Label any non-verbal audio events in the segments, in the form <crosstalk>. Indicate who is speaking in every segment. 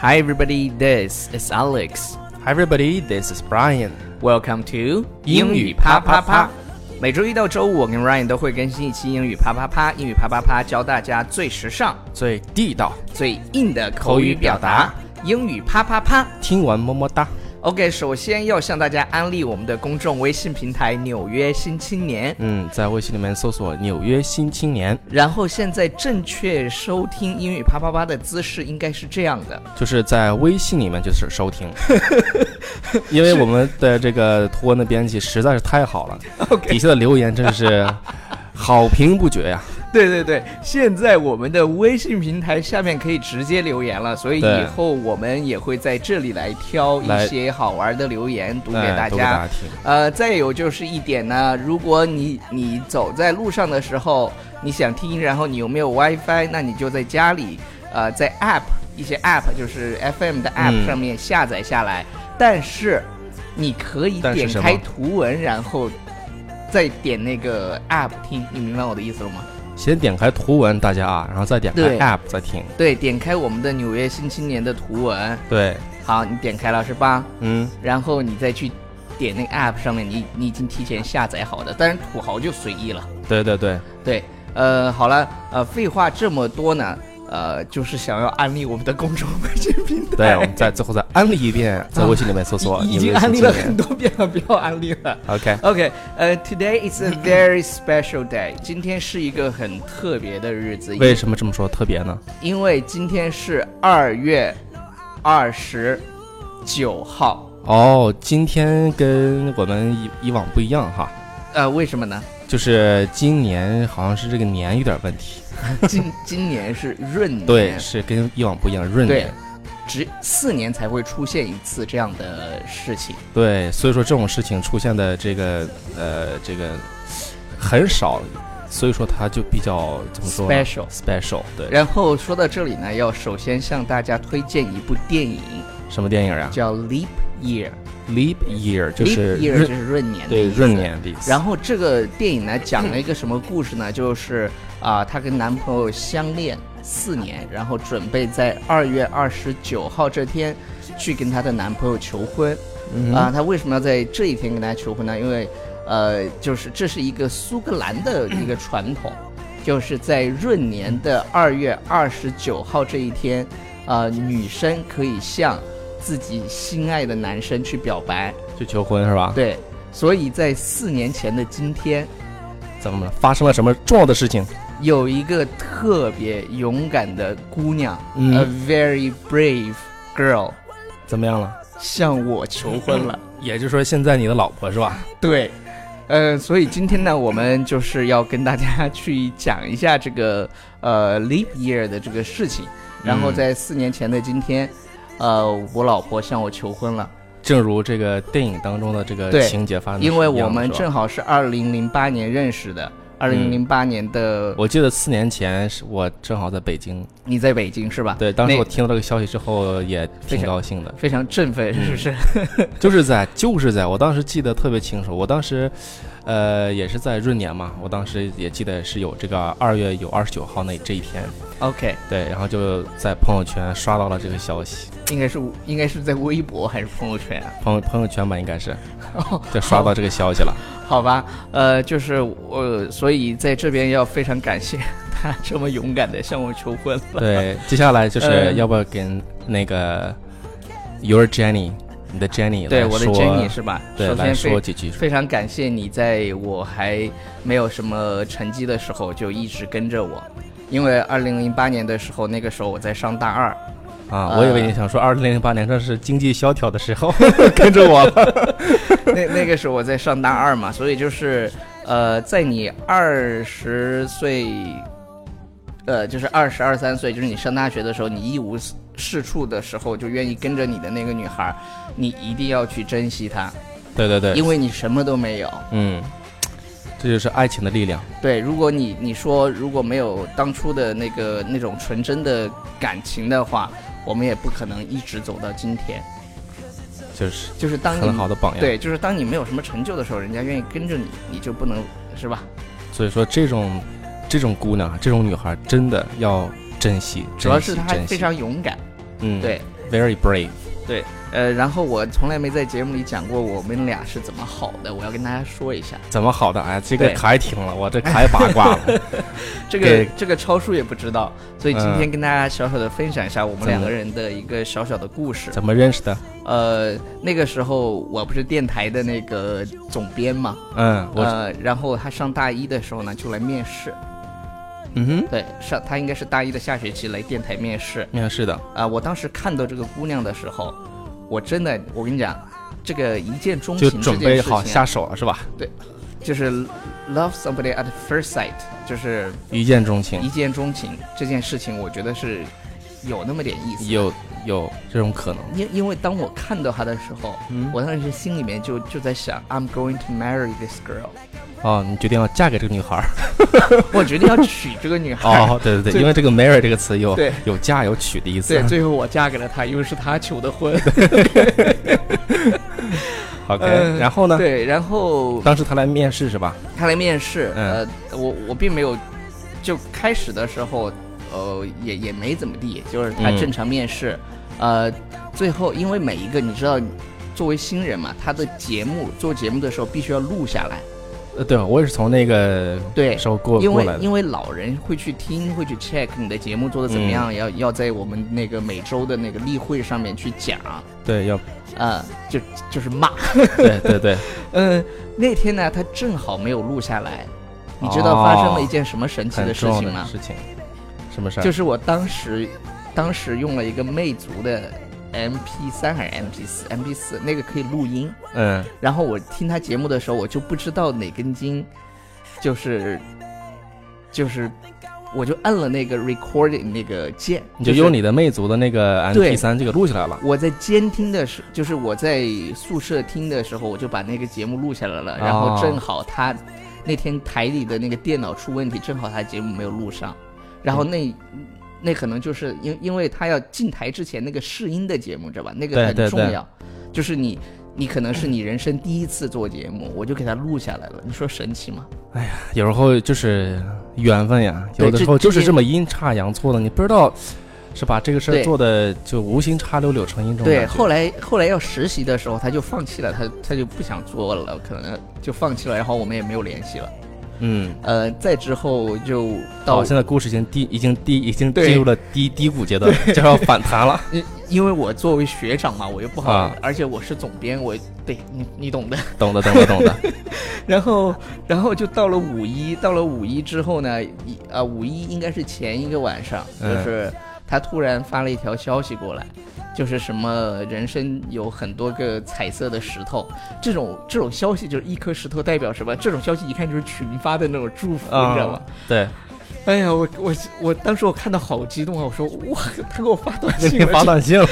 Speaker 1: Hi, everybody. This is Alex.
Speaker 2: Hi everybody, this is Brian。
Speaker 1: Welcome to
Speaker 2: 英语啪啪啪。
Speaker 1: 每周一到周五，我跟 Ryan 都会更新一期英语啪啪啪。英语啪啪啪教大家最时尚、
Speaker 2: 最地道，
Speaker 1: 最硬的口语表达。英语啪啪啪。
Speaker 2: 听完么么哒。
Speaker 1: OK，首先要向大家安利我们的公众微信平台《纽约新青年》。
Speaker 2: 嗯，在微信里面搜索“纽约新青年
Speaker 1: 然后现在正确收听英语啪啪啪的姿势应该是这样的，”，
Speaker 2: 就是在微信里面就是收听， <laughs> 因为我们的这个图文的编辑实在是太好了底下的留言真是好评不绝呀、
Speaker 1: 对对对，现在我们的微信平台下面可以直接留言了，所以
Speaker 2: 对
Speaker 1: 以后我们也会在这里来挑一
Speaker 2: 来
Speaker 1: 些好玩的留言读给
Speaker 2: 哎
Speaker 1: 大
Speaker 2: 读给大
Speaker 1: 家
Speaker 2: 家。听。
Speaker 1: 呃，再有就是一点呢，如果你你走在路上的时候，你想听，然后你有没有 WiFi，那你就在家里，呃，在 App 一些 App 就是 FM 的 App
Speaker 2: 嗯
Speaker 1: 上面下载下来，但是你可以
Speaker 2: 但是
Speaker 1: 点
Speaker 2: 什么
Speaker 1: 开图文，然后再点那个 App 听，你明白我的意思了吗？
Speaker 2: 先点开图文，大家啊，然后再点开
Speaker 1: 对
Speaker 2: App 再听。
Speaker 1: 对，点开我们的《纽约新青年》的图文，
Speaker 2: 对，
Speaker 1: 好，你点开了是吧？
Speaker 2: 嗯，
Speaker 1: 然后你再去点那个 App 上面，你你已经提前下载好的，当然土豪就随意了。
Speaker 2: 对对对，
Speaker 1: 对，呃，好了，呃，废话这么多呢，呃，就是想要安利我们的公众微信平台。
Speaker 2: 对，我们再最后再安利一遍，在微信里面搜索“
Speaker 1: 已已
Speaker 2: 纽
Speaker 1: 经
Speaker 2: 约
Speaker 1: 安
Speaker 2: 新
Speaker 1: 利
Speaker 2: 青
Speaker 1: 了
Speaker 2: 年
Speaker 1: 很多遍了，不要安利了。”
Speaker 2: OK，
Speaker 1: OK，呃，Today is a very special day。今天是一个很特别的日子，
Speaker 2: 为什么这么说特别呢？
Speaker 1: 因为今天是二月二十九号，
Speaker 2: 哦，今天跟我们以以往不一样哈，
Speaker 1: 呃，为什么
Speaker 2: <laughs>
Speaker 1: 呢？
Speaker 2: 就是今年好像是这个年有点问题，
Speaker 1: 今今年是闰年，
Speaker 2: 对，是跟以往不一样，闰
Speaker 1: 对
Speaker 2: 年，，
Speaker 1: 只四年才会出现一次这样的事情。
Speaker 2: 对，所以说这种事情出现的这个呃这个很少，所以说它就比较怎么说呢
Speaker 1: Special
Speaker 2: special，对，
Speaker 1: 然后说到这里呢，要首先向大家推荐一部电影，
Speaker 2: 什么电影啊
Speaker 1: 叫《Leap Year》
Speaker 2: ？Leap year 就
Speaker 1: Leap
Speaker 2: 是
Speaker 1: Year 就
Speaker 2: 闰
Speaker 1: 是闰年的
Speaker 2: 对
Speaker 1: 意思，
Speaker 2: 闰年的意思，
Speaker 1: 然后这个电影呢，讲了一个什么故事呢？就是啊、她跟男朋友相恋四年，然后准备在二月二十九号这天去跟她的男朋友求婚。
Speaker 2: 嗯
Speaker 1: 啊、她为什么要在这一天跟他求婚呢？因为呃，就是这是一个苏格兰的一个传统，就是在闰年的二月二十九号这一天，呃，女生可以向自己心爱的男生去表白。
Speaker 2: 就求婚是吧？，
Speaker 1: 对，所以在四年前的今天，
Speaker 2: 怎么了？发生了什么重要的事情？
Speaker 1: 有一个特别勇敢的姑娘、
Speaker 2: 嗯
Speaker 1: a very brave girl，
Speaker 2: 怎么样了？
Speaker 1: 向我求婚了。
Speaker 2: 也就是说，现在你的老婆是吧？
Speaker 1: <laughs> 对，呃，所以今天呢，我们就是要跟大家去讲一下这个呃 leap year 的这个事情。然后
Speaker 2: 嗯
Speaker 1: 在四年前的今天，呃，我老婆向我求婚了。
Speaker 2: 正如这个电影当中的这个
Speaker 1: 对
Speaker 2: 情节发生的是一
Speaker 1: 因
Speaker 2: 样的，
Speaker 1: 为我们
Speaker 2: 是吧
Speaker 1: 正好是二零零八年认识的，二零零八年的
Speaker 2: 我记得四年前是我正好在北京，
Speaker 1: 你在北京是吧？
Speaker 2: 对，当时
Speaker 1: 那
Speaker 2: 我听到这个消息之后也
Speaker 1: 非
Speaker 2: 挺
Speaker 1: 常
Speaker 2: 高兴的，
Speaker 1: 非常振
Speaker 2: 嗯
Speaker 1: 奋，是不
Speaker 2: <laughs>
Speaker 1: 是？
Speaker 2: 就是在就是在我当时记得特别清楚，我当时，呃，也是在闰年嘛，我当时也记得是有这个二月有二十九号那这一天，
Speaker 1: OK，
Speaker 2: 对，然后就在朋友圈刷到了这个消息，
Speaker 1: 应该是应该是在微博还是朋友圈啊？ <laughs>
Speaker 2: 朋友朋友圈吧应该是，
Speaker 1: 哦，
Speaker 2: 就刷到这个消息了，
Speaker 1: 好吧，呃，就是我、所以在这边要非常感谢他这么勇敢的向我求婚了。
Speaker 2: <laughs> 对，接下来就
Speaker 1: 呃
Speaker 2: 是要不要跟那个 Your Jenny，你的 Jenny
Speaker 1: 对，
Speaker 2: 来
Speaker 1: 我的
Speaker 2: 说
Speaker 1: Jenny 是吧？
Speaker 2: 对
Speaker 1: 首
Speaker 2: 来
Speaker 1: 先
Speaker 2: 说
Speaker 1: 非
Speaker 2: 几句，
Speaker 1: 非常感谢你，在我还没有什么成绩的时候就一直跟着我，因为二零零八年的时候，那个时候我在上大二，呃
Speaker 2: 啊，我以为你想说二零零八年正是经济萧条的
Speaker 1: <laughs>
Speaker 2: 时候，跟着我了。
Speaker 1: 那那个时候我在上大二嘛，所以就是呃，在你二十岁，呃，就是二十二三岁，就是你上大学的时候，你一无是处的时候，就愿意跟着你的那个女孩儿，你一定要去珍惜她，
Speaker 2: 对对对，
Speaker 1: 因为你什么都没有。
Speaker 2: 嗯，这就是爱情的力量。
Speaker 1: 对，如果你你说如果没有当初的那个那种纯真的感情的话，我们也不可能一直走到今天。
Speaker 2: 就是
Speaker 1: 就是当你
Speaker 2: 很好的榜样。，
Speaker 1: 对，就是当你没有什么成就的时候，人家愿意跟着你，你就不能是吧？
Speaker 2: 所以说这种这种姑娘，这种女孩真的要珍惜，
Speaker 1: 主要是
Speaker 2: 珍惜
Speaker 1: 她
Speaker 2: 珍惜
Speaker 1: 非常勇敢。
Speaker 2: 嗯，
Speaker 1: 对，
Speaker 2: very brave。
Speaker 1: 对，呃，然后我从来没在节目里讲过我们俩是怎么好的，我要跟大家说一下。
Speaker 2: 怎么好的？哎，这个
Speaker 1: 对
Speaker 2: 可爱听了，我这可爱八卦了。
Speaker 1: <laughs> 这个
Speaker 2: 对
Speaker 1: 这个超叔也不知道，所以今
Speaker 2: 嗯
Speaker 1: 天跟大家小小的分享一下我们
Speaker 2: 怎么
Speaker 1: 两个人的一个小小的故事。
Speaker 2: 怎么认识的？
Speaker 1: 呃，那个时候我不是电台的那个总编嘛，
Speaker 2: 嗯，我、
Speaker 1: 呃，然后他上大一的时候呢就来面试，
Speaker 2: 嗯哼，
Speaker 1: 对，上他应该是大一的下学期来电台面试。
Speaker 2: 面试嗯的。
Speaker 1: 啊、我当时看到这个姑娘的时候，我真的，我跟你讲，这个一见钟
Speaker 2: 就
Speaker 1: 情这
Speaker 2: 准
Speaker 1: 件
Speaker 2: 备
Speaker 1: 事情
Speaker 2: 好
Speaker 1: 啊，
Speaker 2: 下手了是吧？
Speaker 1: 就是 love somebody at first sight，就是
Speaker 2: 一见钟情
Speaker 1: 一，见钟情这件事情，我觉得是有那么点意思。
Speaker 2: 有有这种可能。
Speaker 1: 因因为当我看到她的时候，
Speaker 2: 嗯，
Speaker 1: 我当时心里面就就在想，I'm going to marry this girl， <laughs>
Speaker 2: 哦，你决定要嫁给这个女孩儿。
Speaker 1: 我决定要娶这个女孩。
Speaker 2: 哦，对对对，
Speaker 1: 对
Speaker 2: 因为这个 marry 这个词有
Speaker 1: 对
Speaker 2: 有嫁有娶的意思
Speaker 1: 对，。最后我嫁给了她，因为是她求的
Speaker 2: <laughs>
Speaker 1: 婚。
Speaker 2: OK，、
Speaker 1: 嗯
Speaker 2: 然后呢？
Speaker 1: 对，然后
Speaker 2: 当时他来面试是吧？
Speaker 1: 他来面试，
Speaker 2: 嗯
Speaker 1: 呃，我我并没有，就开始的时候，呃，也也没怎么地，就是他
Speaker 2: 嗯
Speaker 1: 正常面试，呃，最后因为每一个你知道，作为新人嘛，他的节目做节目的时候必须要录下来，
Speaker 2: 呃，对，我也是从那个
Speaker 1: 对。
Speaker 2: 时候过
Speaker 1: 因
Speaker 2: 过
Speaker 1: 为
Speaker 2: 来的。
Speaker 1: 因为老人会去听，会去 check 你的节目做的怎么样，要要在我们那个每周的那个例会上面去讲，
Speaker 2: 对，要
Speaker 1: 呃，就就是骂，
Speaker 2: 对
Speaker 1: <laughs>
Speaker 2: 对对，嗯
Speaker 1: 呃，那天呢，他正好没有录下来，你知
Speaker 2: 哦
Speaker 1: 道发生了一件什么神奇
Speaker 2: 很
Speaker 1: 事
Speaker 2: 重要
Speaker 1: 情吗
Speaker 2: 的？事情。什么事儿？
Speaker 1: 就是我当时，当时用了一个魅族的 MP 三还是 MP 四？MP 四那个可以录音。
Speaker 2: 嗯，
Speaker 1: 然后我听他节目的时候，我就不知道哪根筋，就是，就是，我就按了那个 recording 那个键，
Speaker 2: 你就用
Speaker 1: 是
Speaker 2: 你的魅族的那个
Speaker 1: 对
Speaker 2: MP 三这个录下来了。
Speaker 1: 我在监听的时，就是我在宿舍听的时候，我就把那个节目录下来
Speaker 2: 哦
Speaker 1: 了。然后正好他那天台里的那个电脑出问题，正好他节目没有录上。然
Speaker 2: 嗯
Speaker 1: 后那、那可能就是因因为他要进台之前那个试音的节目，知道吧？那个
Speaker 2: 对
Speaker 1: 很
Speaker 2: 对
Speaker 1: 重
Speaker 2: 对
Speaker 1: 要，就是你你可能是你人生第一次做节目，我就给他录下来了。你说神奇吗？
Speaker 2: 有时候就是缘分呀，
Speaker 1: 对
Speaker 2: 有的
Speaker 1: 这
Speaker 2: 时候
Speaker 1: 这
Speaker 2: 就是
Speaker 1: 件
Speaker 2: 这么阴差阳错的，你不知道是吧？这个事
Speaker 1: 对
Speaker 2: 儿做的就无心插柳柳成荫这种
Speaker 1: 对，
Speaker 2: 感觉
Speaker 1: 后来后来要实习的时候，他就放弃了，他他就不想做了，可能就放弃了。然后我们也没有联系了。
Speaker 2: 嗯，
Speaker 1: 呃，再之后就到、
Speaker 2: 好，现在故事已经低，已经低，已经
Speaker 1: 对
Speaker 2: 进入了低低谷阶段，就要反弹
Speaker 1: <laughs>
Speaker 2: 了。
Speaker 1: 因因为我作为学长嘛，我又不好，
Speaker 2: 啊
Speaker 1: 而且我是总编，我对你你懂
Speaker 2: <laughs>
Speaker 1: 的。
Speaker 2: 懂的，懂
Speaker 1: <laughs>
Speaker 2: 的，懂的。
Speaker 1: 然后，然后就到了五一，到了五一之后呢，一啊五一应该是前一个晚上，就
Speaker 2: 嗯
Speaker 1: 是他突然发了一条消息过来，就是什么人生有很多个彩色的石头，这种这种消息就是一颗石头代表什么？这种消息一看就是群发的那种祝福，
Speaker 2: 啊
Speaker 1: 你知道吗？
Speaker 2: 对，
Speaker 1: 哎呀，我我我当时我看到好激动啊！我说哇，他给我发短
Speaker 2: 给
Speaker 1: 信
Speaker 2: 你
Speaker 1: 了，
Speaker 2: 发短信了。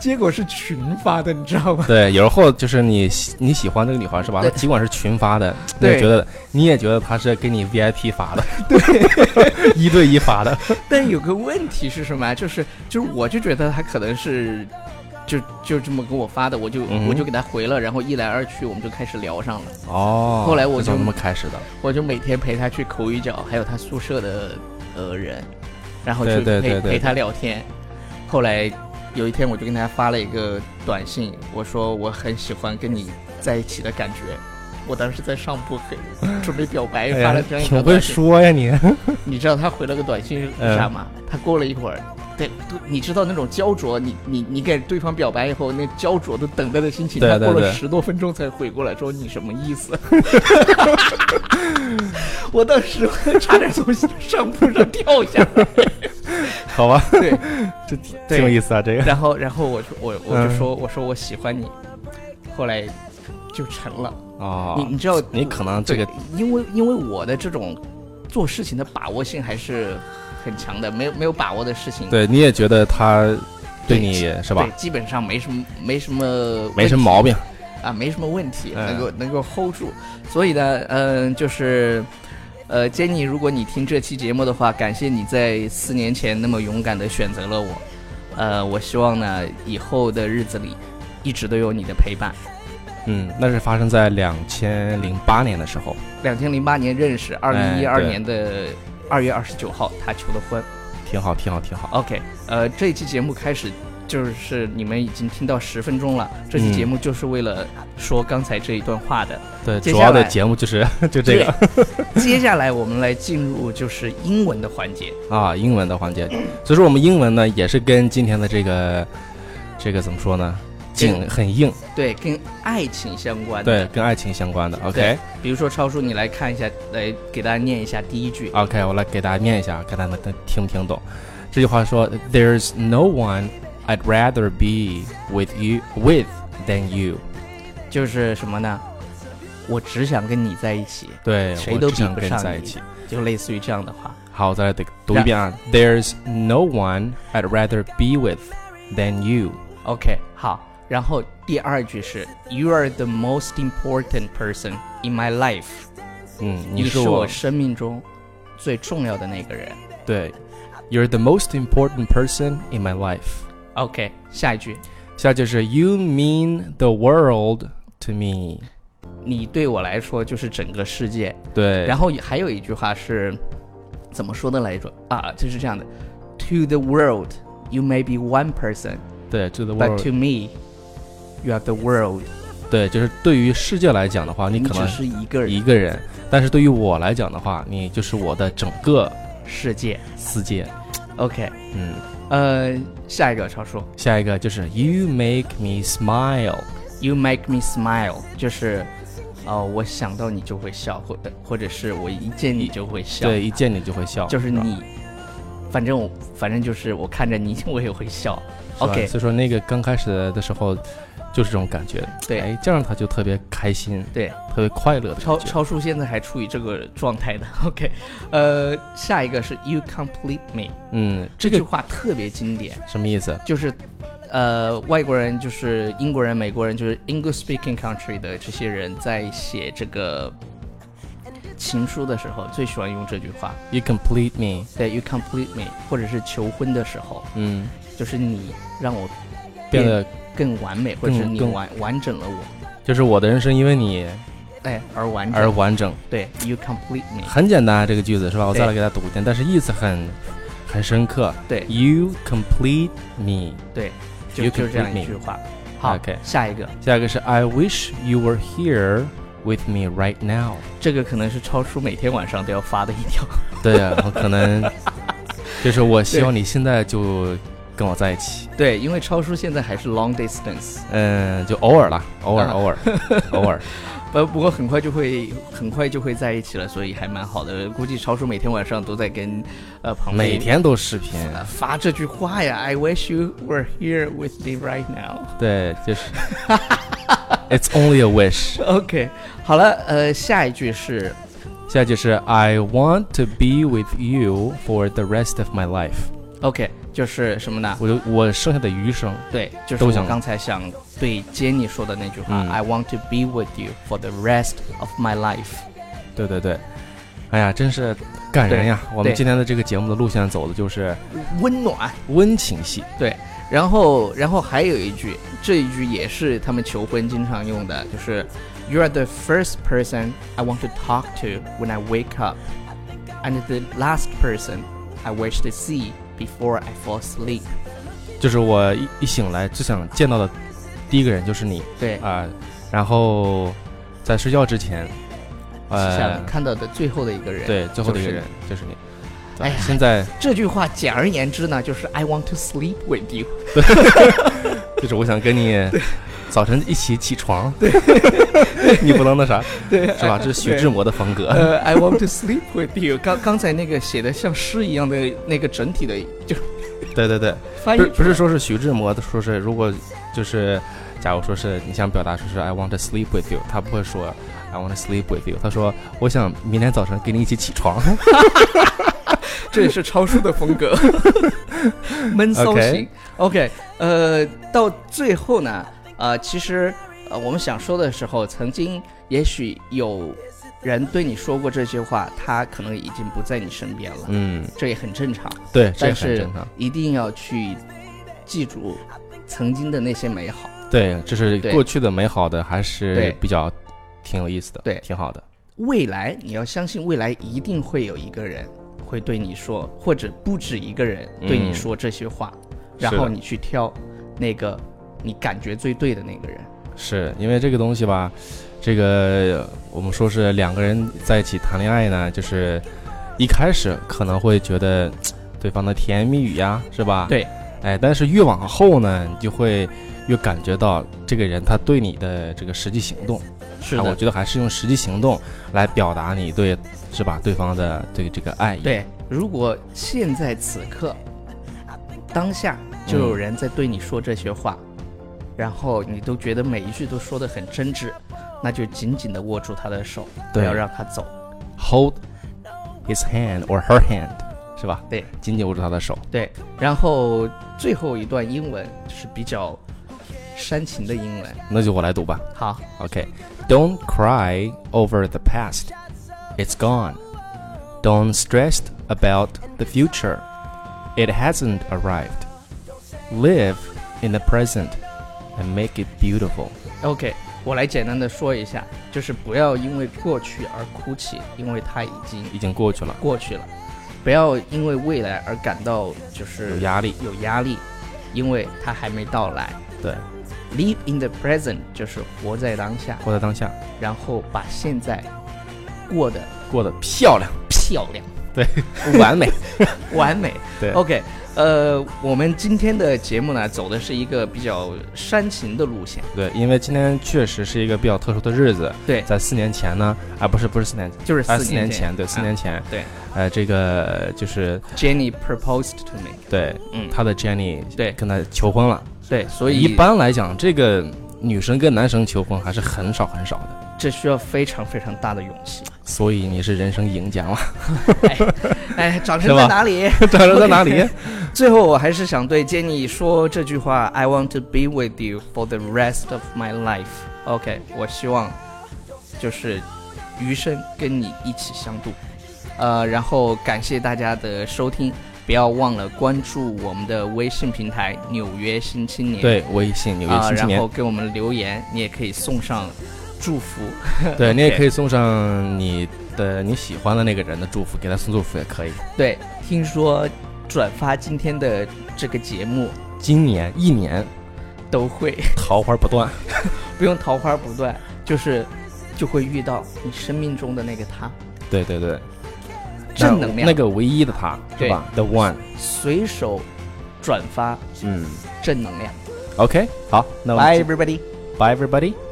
Speaker 1: 结果是群发的，你知道吗？
Speaker 2: 对，有时候就是你喜你喜欢这个女孩是吧？
Speaker 1: 对
Speaker 2: 她尽管是群发的，你
Speaker 1: 对
Speaker 2: 也觉得你也觉得她是给你 VIP
Speaker 1: <laughs>
Speaker 2: 发的，对，一对一发的。
Speaker 1: <laughs> 但有个问题是什么啊？就是就是，我就觉得他可能是就就这么跟我发的，我就、
Speaker 2: 嗯哼
Speaker 1: 我就给他回了，然后一来二去，我们就开始聊上了。
Speaker 2: 哦，
Speaker 1: 后来我
Speaker 2: 就
Speaker 1: 就
Speaker 2: 这么开始的。
Speaker 1: 我就每天陪他去口语角，还有他宿舍的呃人，然后去陪
Speaker 2: 对对对对
Speaker 1: 陪他聊天。后来有一天，我就跟他发了一个短信，我说我很喜欢跟你在一起的感觉。我当时在上铺很准备表白，
Speaker 2: 哎
Speaker 1: 发
Speaker 2: 呀
Speaker 1: 了这样一
Speaker 2: 挺
Speaker 1: 个
Speaker 2: 会
Speaker 1: 短信。
Speaker 2: 说呀你。
Speaker 1: 你知道他回了个短信是啥吗？
Speaker 2: 嗯
Speaker 1: 他过了一会儿，对，对你知道那种焦灼，你你你给对方表白以后，那焦灼的等待的心情，
Speaker 2: 对
Speaker 1: 他
Speaker 2: 对
Speaker 1: 过了
Speaker 2: 对
Speaker 1: 十多分钟才回过来，说你什么意思？我当时差点从上铺上跳下来。
Speaker 2: 好吧，
Speaker 1: 对，
Speaker 2: <laughs> 这挺
Speaker 1: 对
Speaker 2: 挺有意思啊，这个。
Speaker 1: 然后然后我就我我就
Speaker 2: 嗯
Speaker 1: 说、我说我喜欢你，后来就成了。
Speaker 2: 哦
Speaker 1: 你，你知道
Speaker 2: 你可能这个
Speaker 1: 对，因为因为我的这种做事情的把握性还是很强的，没有没有把握的事情，
Speaker 2: 对你也觉得他
Speaker 1: 对
Speaker 2: 对你是吧
Speaker 1: 对，？基本上没什么没什么
Speaker 2: 没什么
Speaker 1: 问
Speaker 2: 毛病。
Speaker 1: 题啊，没什么问题，
Speaker 2: 嗯
Speaker 1: 能够能够 hold 住。所以呢，嗯、就是。呃，Jenny，如果你听这期节目的话，感谢你在四年前那么勇敢的选择了我。呃，我希望呢，以后的日子里，一直都有你的陪伴。
Speaker 2: 嗯，那是发生在两千零八年的时候，
Speaker 1: 两千零八年认识，二零一
Speaker 2: 哎
Speaker 1: 二
Speaker 2: 对
Speaker 1: 年的二月二十九号，他求的婚。
Speaker 2: 挺好，挺好，挺好。
Speaker 1: OK，呃，这一期节目开始，就是你们已经听到十分钟了，这
Speaker 2: 嗯
Speaker 1: 期节目就是为了说刚才这一段话的。
Speaker 2: 对，
Speaker 1: 接
Speaker 2: 主
Speaker 1: 下
Speaker 2: 要的
Speaker 1: 来
Speaker 2: 节目就是 <laughs> 就这个
Speaker 1: 对，接下来我们来进入就是英文的环节。
Speaker 2: 啊，英文的环节。所以说我们英文呢，也是跟今天的这个这个怎么说呢，
Speaker 1: 对
Speaker 2: 劲很硬，
Speaker 1: 对，跟爱情相关
Speaker 2: 对
Speaker 1: 的。，
Speaker 2: 跟爱情相关的。
Speaker 1: 对
Speaker 2: OK
Speaker 1: 比如说超叔，你来看一下，来给大家念一下第一句。
Speaker 2: OK，我来给大家念一下，看他们能听不听懂。这句话说：“There's no one I'd rather be with you with than you。
Speaker 1: 就是什么呢？我只想跟你在一起，
Speaker 2: 对，
Speaker 1: 谁
Speaker 2: 我
Speaker 1: 都
Speaker 2: 只
Speaker 1: 比
Speaker 2: 想
Speaker 1: 不
Speaker 2: 跟你
Speaker 1: 上
Speaker 2: 在一
Speaker 1: 你
Speaker 2: 起。
Speaker 1: 就类似于这样的话。
Speaker 2: 好，再来得读一
Speaker 1: 然
Speaker 2: 遍啊。There's no one I'd rather be with than you。
Speaker 1: OK，好。然后第二句是 You are the most important person in my life，
Speaker 2: 嗯，
Speaker 1: 你
Speaker 2: 是
Speaker 1: 我
Speaker 2: 我
Speaker 1: 生命中最重要的那个人。
Speaker 2: 对，You're the most important person in my life。
Speaker 1: OK，下一句，
Speaker 2: 下就是 You mean the world to me。
Speaker 1: 你对我来说就是整个世界。
Speaker 2: 对，
Speaker 1: 然后还有一句话是怎么说的来着？啊，就是这样的：To the world, you may be one person,
Speaker 2: 对，to the
Speaker 1: but
Speaker 2: world，
Speaker 1: to me, you are the world。
Speaker 2: 对，就是对于世界来讲的话，你可
Speaker 1: 只
Speaker 2: 能
Speaker 1: 是一个人，
Speaker 2: 一个人，但是对于我来讲的话，你就是我的整个
Speaker 1: 世界。
Speaker 2: 世界。
Speaker 1: OK，
Speaker 2: 嗯，
Speaker 1: 呃，下一个超叔
Speaker 2: 下一个就是 You make me smile。
Speaker 1: ，You make me smile，就是，呃，我想到你就会笑，或或者是我一见你就会笑，
Speaker 2: 对，一见你就会笑，
Speaker 1: 就是
Speaker 2: 吧
Speaker 1: 你，反正我反正就是我看着你我也会笑。
Speaker 2: 是吧
Speaker 1: OK，
Speaker 2: 所以说那个刚开始的时候，就是这种感觉，
Speaker 1: 对
Speaker 2: 哎，这样他就特别开心，
Speaker 1: 对，
Speaker 2: 特别快乐的
Speaker 1: 超
Speaker 2: 感觉。
Speaker 1: 超叔现在还处于这个状态的。OK，呃，下一个是 You complete me，
Speaker 2: 嗯，
Speaker 1: 这
Speaker 2: 这
Speaker 1: 句
Speaker 2: 个
Speaker 1: 话特别经典，
Speaker 2: 什么意思？
Speaker 1: 就是。呃，外国人就是英国人、美国人，就是 English speaking country 的这些人在写这个情书的时候，最喜欢用这句话。
Speaker 2: You complete me。
Speaker 1: 对，You complete me，或者是求婚的时候，
Speaker 2: 嗯，
Speaker 1: 就是你让我
Speaker 2: 变得
Speaker 1: 更完美，或者是你
Speaker 2: 更
Speaker 1: 完完整了我，
Speaker 2: 就是我的人生因为你
Speaker 1: 哎，而完整。
Speaker 2: 而完整。
Speaker 1: 对，You complete me，
Speaker 2: 很简单啊，这个句子是吧？我
Speaker 1: 对
Speaker 2: 再来给大家读一遍，但是意思很很深刻。
Speaker 1: 对
Speaker 2: ，You complete me。
Speaker 1: 对，就
Speaker 2: You
Speaker 1: 就是这样
Speaker 2: complete me
Speaker 1: 一句话。好
Speaker 2: OK
Speaker 1: 下一个，
Speaker 2: 下一个是 I wish you were here with me right now。
Speaker 1: 这个可能是超叔每天晚上都要发的一条。
Speaker 2: 对啊，我可能就是我希望你现在就跟我在一起。
Speaker 1: <laughs> 对，因为超叔现在还是 long distance，
Speaker 2: 嗯，就偶尔啦，偶尔，
Speaker 1: 啊
Speaker 2: 偶尔，
Speaker 1: <laughs>
Speaker 2: 偶尔。
Speaker 1: 不不过很快就会很快就会在一起了，所以还蛮好的。估计超叔每天晚上都在跟呃旁边
Speaker 2: 每、天都视频，
Speaker 1: 呃发这句话呀，I wish you were here with me right now。 <laughs>
Speaker 2: 对，就是。It's only a wish。
Speaker 1: OK，好了，呃，下一句是
Speaker 2: 下一句是 I want to be with you for the rest of my life。
Speaker 1: OK，就是什么呢？
Speaker 2: 我就我剩下的余生，
Speaker 1: 对，就是
Speaker 2: 都
Speaker 1: 我
Speaker 2: 想
Speaker 1: 刚才想对接你说的那句话、
Speaker 2: 嗯
Speaker 1: i want to be with you for the rest of my life。
Speaker 2: 对对对。哎呀，真是感人呀！我们
Speaker 1: 对
Speaker 2: 今天的这个节目的路线走的就是
Speaker 1: 温暖。
Speaker 2: 温情系。
Speaker 1: 对，然后然后还有一句，这一句也是他们求婚经常用的，就是 You are the first person I want to talk to when I wake up, and the last person I wish to see before I fall asleep。
Speaker 2: 就是我一一醒来就想见到的第一个人就是你
Speaker 1: 对，
Speaker 2: 啊、然后在睡觉之前，呃
Speaker 1: 想，看到的最后的一个人。，
Speaker 2: 对，最后的一个
Speaker 1: 就是
Speaker 2: 人就是你。
Speaker 1: 哎呀
Speaker 2: 现在
Speaker 1: 这句话简而言之呢，就是 I want to sleep with you。
Speaker 2: 就是我想跟你早晨一起起床，对， <laughs> 你不能那啥，
Speaker 1: 对，
Speaker 2: 是吧？这是徐志摩的风格。
Speaker 1: <laughs> 呃，I want to sleep with you 刚。刚才那个写的像诗一样的那个整体的，就
Speaker 2: 对对对，
Speaker 1: 翻译
Speaker 2: 不是
Speaker 1: 出
Speaker 2: 不是
Speaker 1: 来
Speaker 2: 说是徐志摩的，说是如果就是，假如说是你想表达说是 I want to sleep with you，他不会说 I want to sleep with you，他说我想明天早晨跟你一起起床。
Speaker 1: 这也是超叔的风格， <laughs> 闷骚型
Speaker 2: OK。
Speaker 1: OK，呃，到最后呢，呃，其实呃，我们想说的时候，曾经也许有人对你说过这些话，他可能已经不在你身边了，
Speaker 2: 嗯，
Speaker 1: 这也很正常，
Speaker 2: 对，这
Speaker 1: 但
Speaker 2: 很
Speaker 1: 是
Speaker 2: 正常。
Speaker 1: 一定要去记住曾经的那些美好。
Speaker 2: 对，这是
Speaker 1: 对
Speaker 2: 过去的美好的，还
Speaker 1: 对
Speaker 2: 是比较挺有意思的，
Speaker 1: 对
Speaker 2: 挺好的。
Speaker 1: 未来你要相信，未来一定会有一个人嗯会对你说，或者不止一个人对你说这些话，
Speaker 2: 是的
Speaker 1: 然后你去挑那个你感觉最对的那个人。
Speaker 2: 是因为这个东西吧，这个我们说是两个人在一起谈恋爱呢，就是一开始可能会觉得嘖对方的甜言蜜语呀，是吧？
Speaker 1: 对，
Speaker 2: 哎，但是越往后呢，你就会越感觉到这个人他对你的这个实际行动。
Speaker 1: 是
Speaker 2: 啊我
Speaker 1: 的，
Speaker 2: 觉得还是用实际行动来表达你对，是吧？对方的对这个爱意。，
Speaker 1: 对。如果现在此刻当下就有人在对你说这些话，然后你都觉得每一句都说得很真挚，那就紧紧地握住他的手，不
Speaker 2: 对
Speaker 1: 要让他走。
Speaker 2: hold his hand or her hand，是吧？
Speaker 1: 对，
Speaker 2: 紧紧握住他的手。
Speaker 1: 对，然后最后一段英文是比较煽情的英文。
Speaker 2: 那就我来读吧。
Speaker 1: 好，
Speaker 2: OK，Don't、cry over the past, it's gone. Don't stress about the future, it hasn't arrived. Live in the present and make it beautiful.
Speaker 1: OK，我来简单的说一下，就是不要因为过去而哭泣，因为它已经
Speaker 2: 已经过去了，
Speaker 1: 过去了；不要因为未来而感到就是
Speaker 2: 有压力。
Speaker 1: 有压力，因为它还没到来。
Speaker 2: 对，
Speaker 1: Live in the present 就是活在当下，
Speaker 2: 活在当下，
Speaker 1: 然后把现在过得
Speaker 2: 过得漂亮，
Speaker 1: 漂
Speaker 2: <laughs>
Speaker 1: 亮、
Speaker 2: 完美。
Speaker 1: 完美。
Speaker 2: 对
Speaker 1: OK，呃，我们今天的节目呢，走的是一个比较煽情的路线，
Speaker 2: 对，因为今天确实是一个比较特殊的日子。
Speaker 1: 对
Speaker 2: 在四年前呢，啊，不是不是四年前，
Speaker 1: 就是
Speaker 2: 啊，
Speaker 1: 四
Speaker 2: 四年
Speaker 1: 前
Speaker 2: 前，，对，四年前，
Speaker 1: 对，
Speaker 2: 呃，这个就是
Speaker 1: 啊 Jenny proposed to me。
Speaker 2: 对，
Speaker 1: 嗯，
Speaker 2: 他的 Jenny
Speaker 1: 对
Speaker 2: 跟他求婚了。
Speaker 1: 对，所以
Speaker 2: 一般来讲，这个女生跟男生求婚还是很少很少的，
Speaker 1: 这需要非常非常大的勇
Speaker 2: <laughs>
Speaker 1: 气。
Speaker 2: 所以你是人生赢 <laughs> 家嘛？
Speaker 1: 哎，掌声
Speaker 2: 是吧
Speaker 1: 在哪里？
Speaker 2: 掌声在哪里？
Speaker 1: 最后，我还是想对 Jenny 说这句话：I want to be with you for the rest of my life。OK，我希望就是余生跟你一起相度。呃，然后感谢大家的收听，不要忘了关注我们的微信平台《纽约新青年》
Speaker 2: 对，微信纽约
Speaker 1: 啊、
Speaker 2: 新青
Speaker 1: 然
Speaker 2: 年
Speaker 1: 后，给我们留言，你也可以送上祝福。
Speaker 2: 对你也
Speaker 1: OK
Speaker 2: 可以送上你的你喜欢的那个人的祝福，给他送祝福也可以。
Speaker 1: 对，听说转发今天的这个节目
Speaker 2: 今年一年
Speaker 1: 都会
Speaker 2: 桃花不断，
Speaker 1: 不用桃花不断，就是就会遇到你生命中的那个他，
Speaker 2: 对对对，
Speaker 1: 正能量。
Speaker 2: 那个唯一的他是
Speaker 1: 对
Speaker 2: 吧？The one，
Speaker 1: 随手转发
Speaker 2: 嗯
Speaker 1: 正能量。
Speaker 2: ，OK，好，那我
Speaker 1: Bye
Speaker 2: 们
Speaker 1: everybody。
Speaker 2: bye everybody。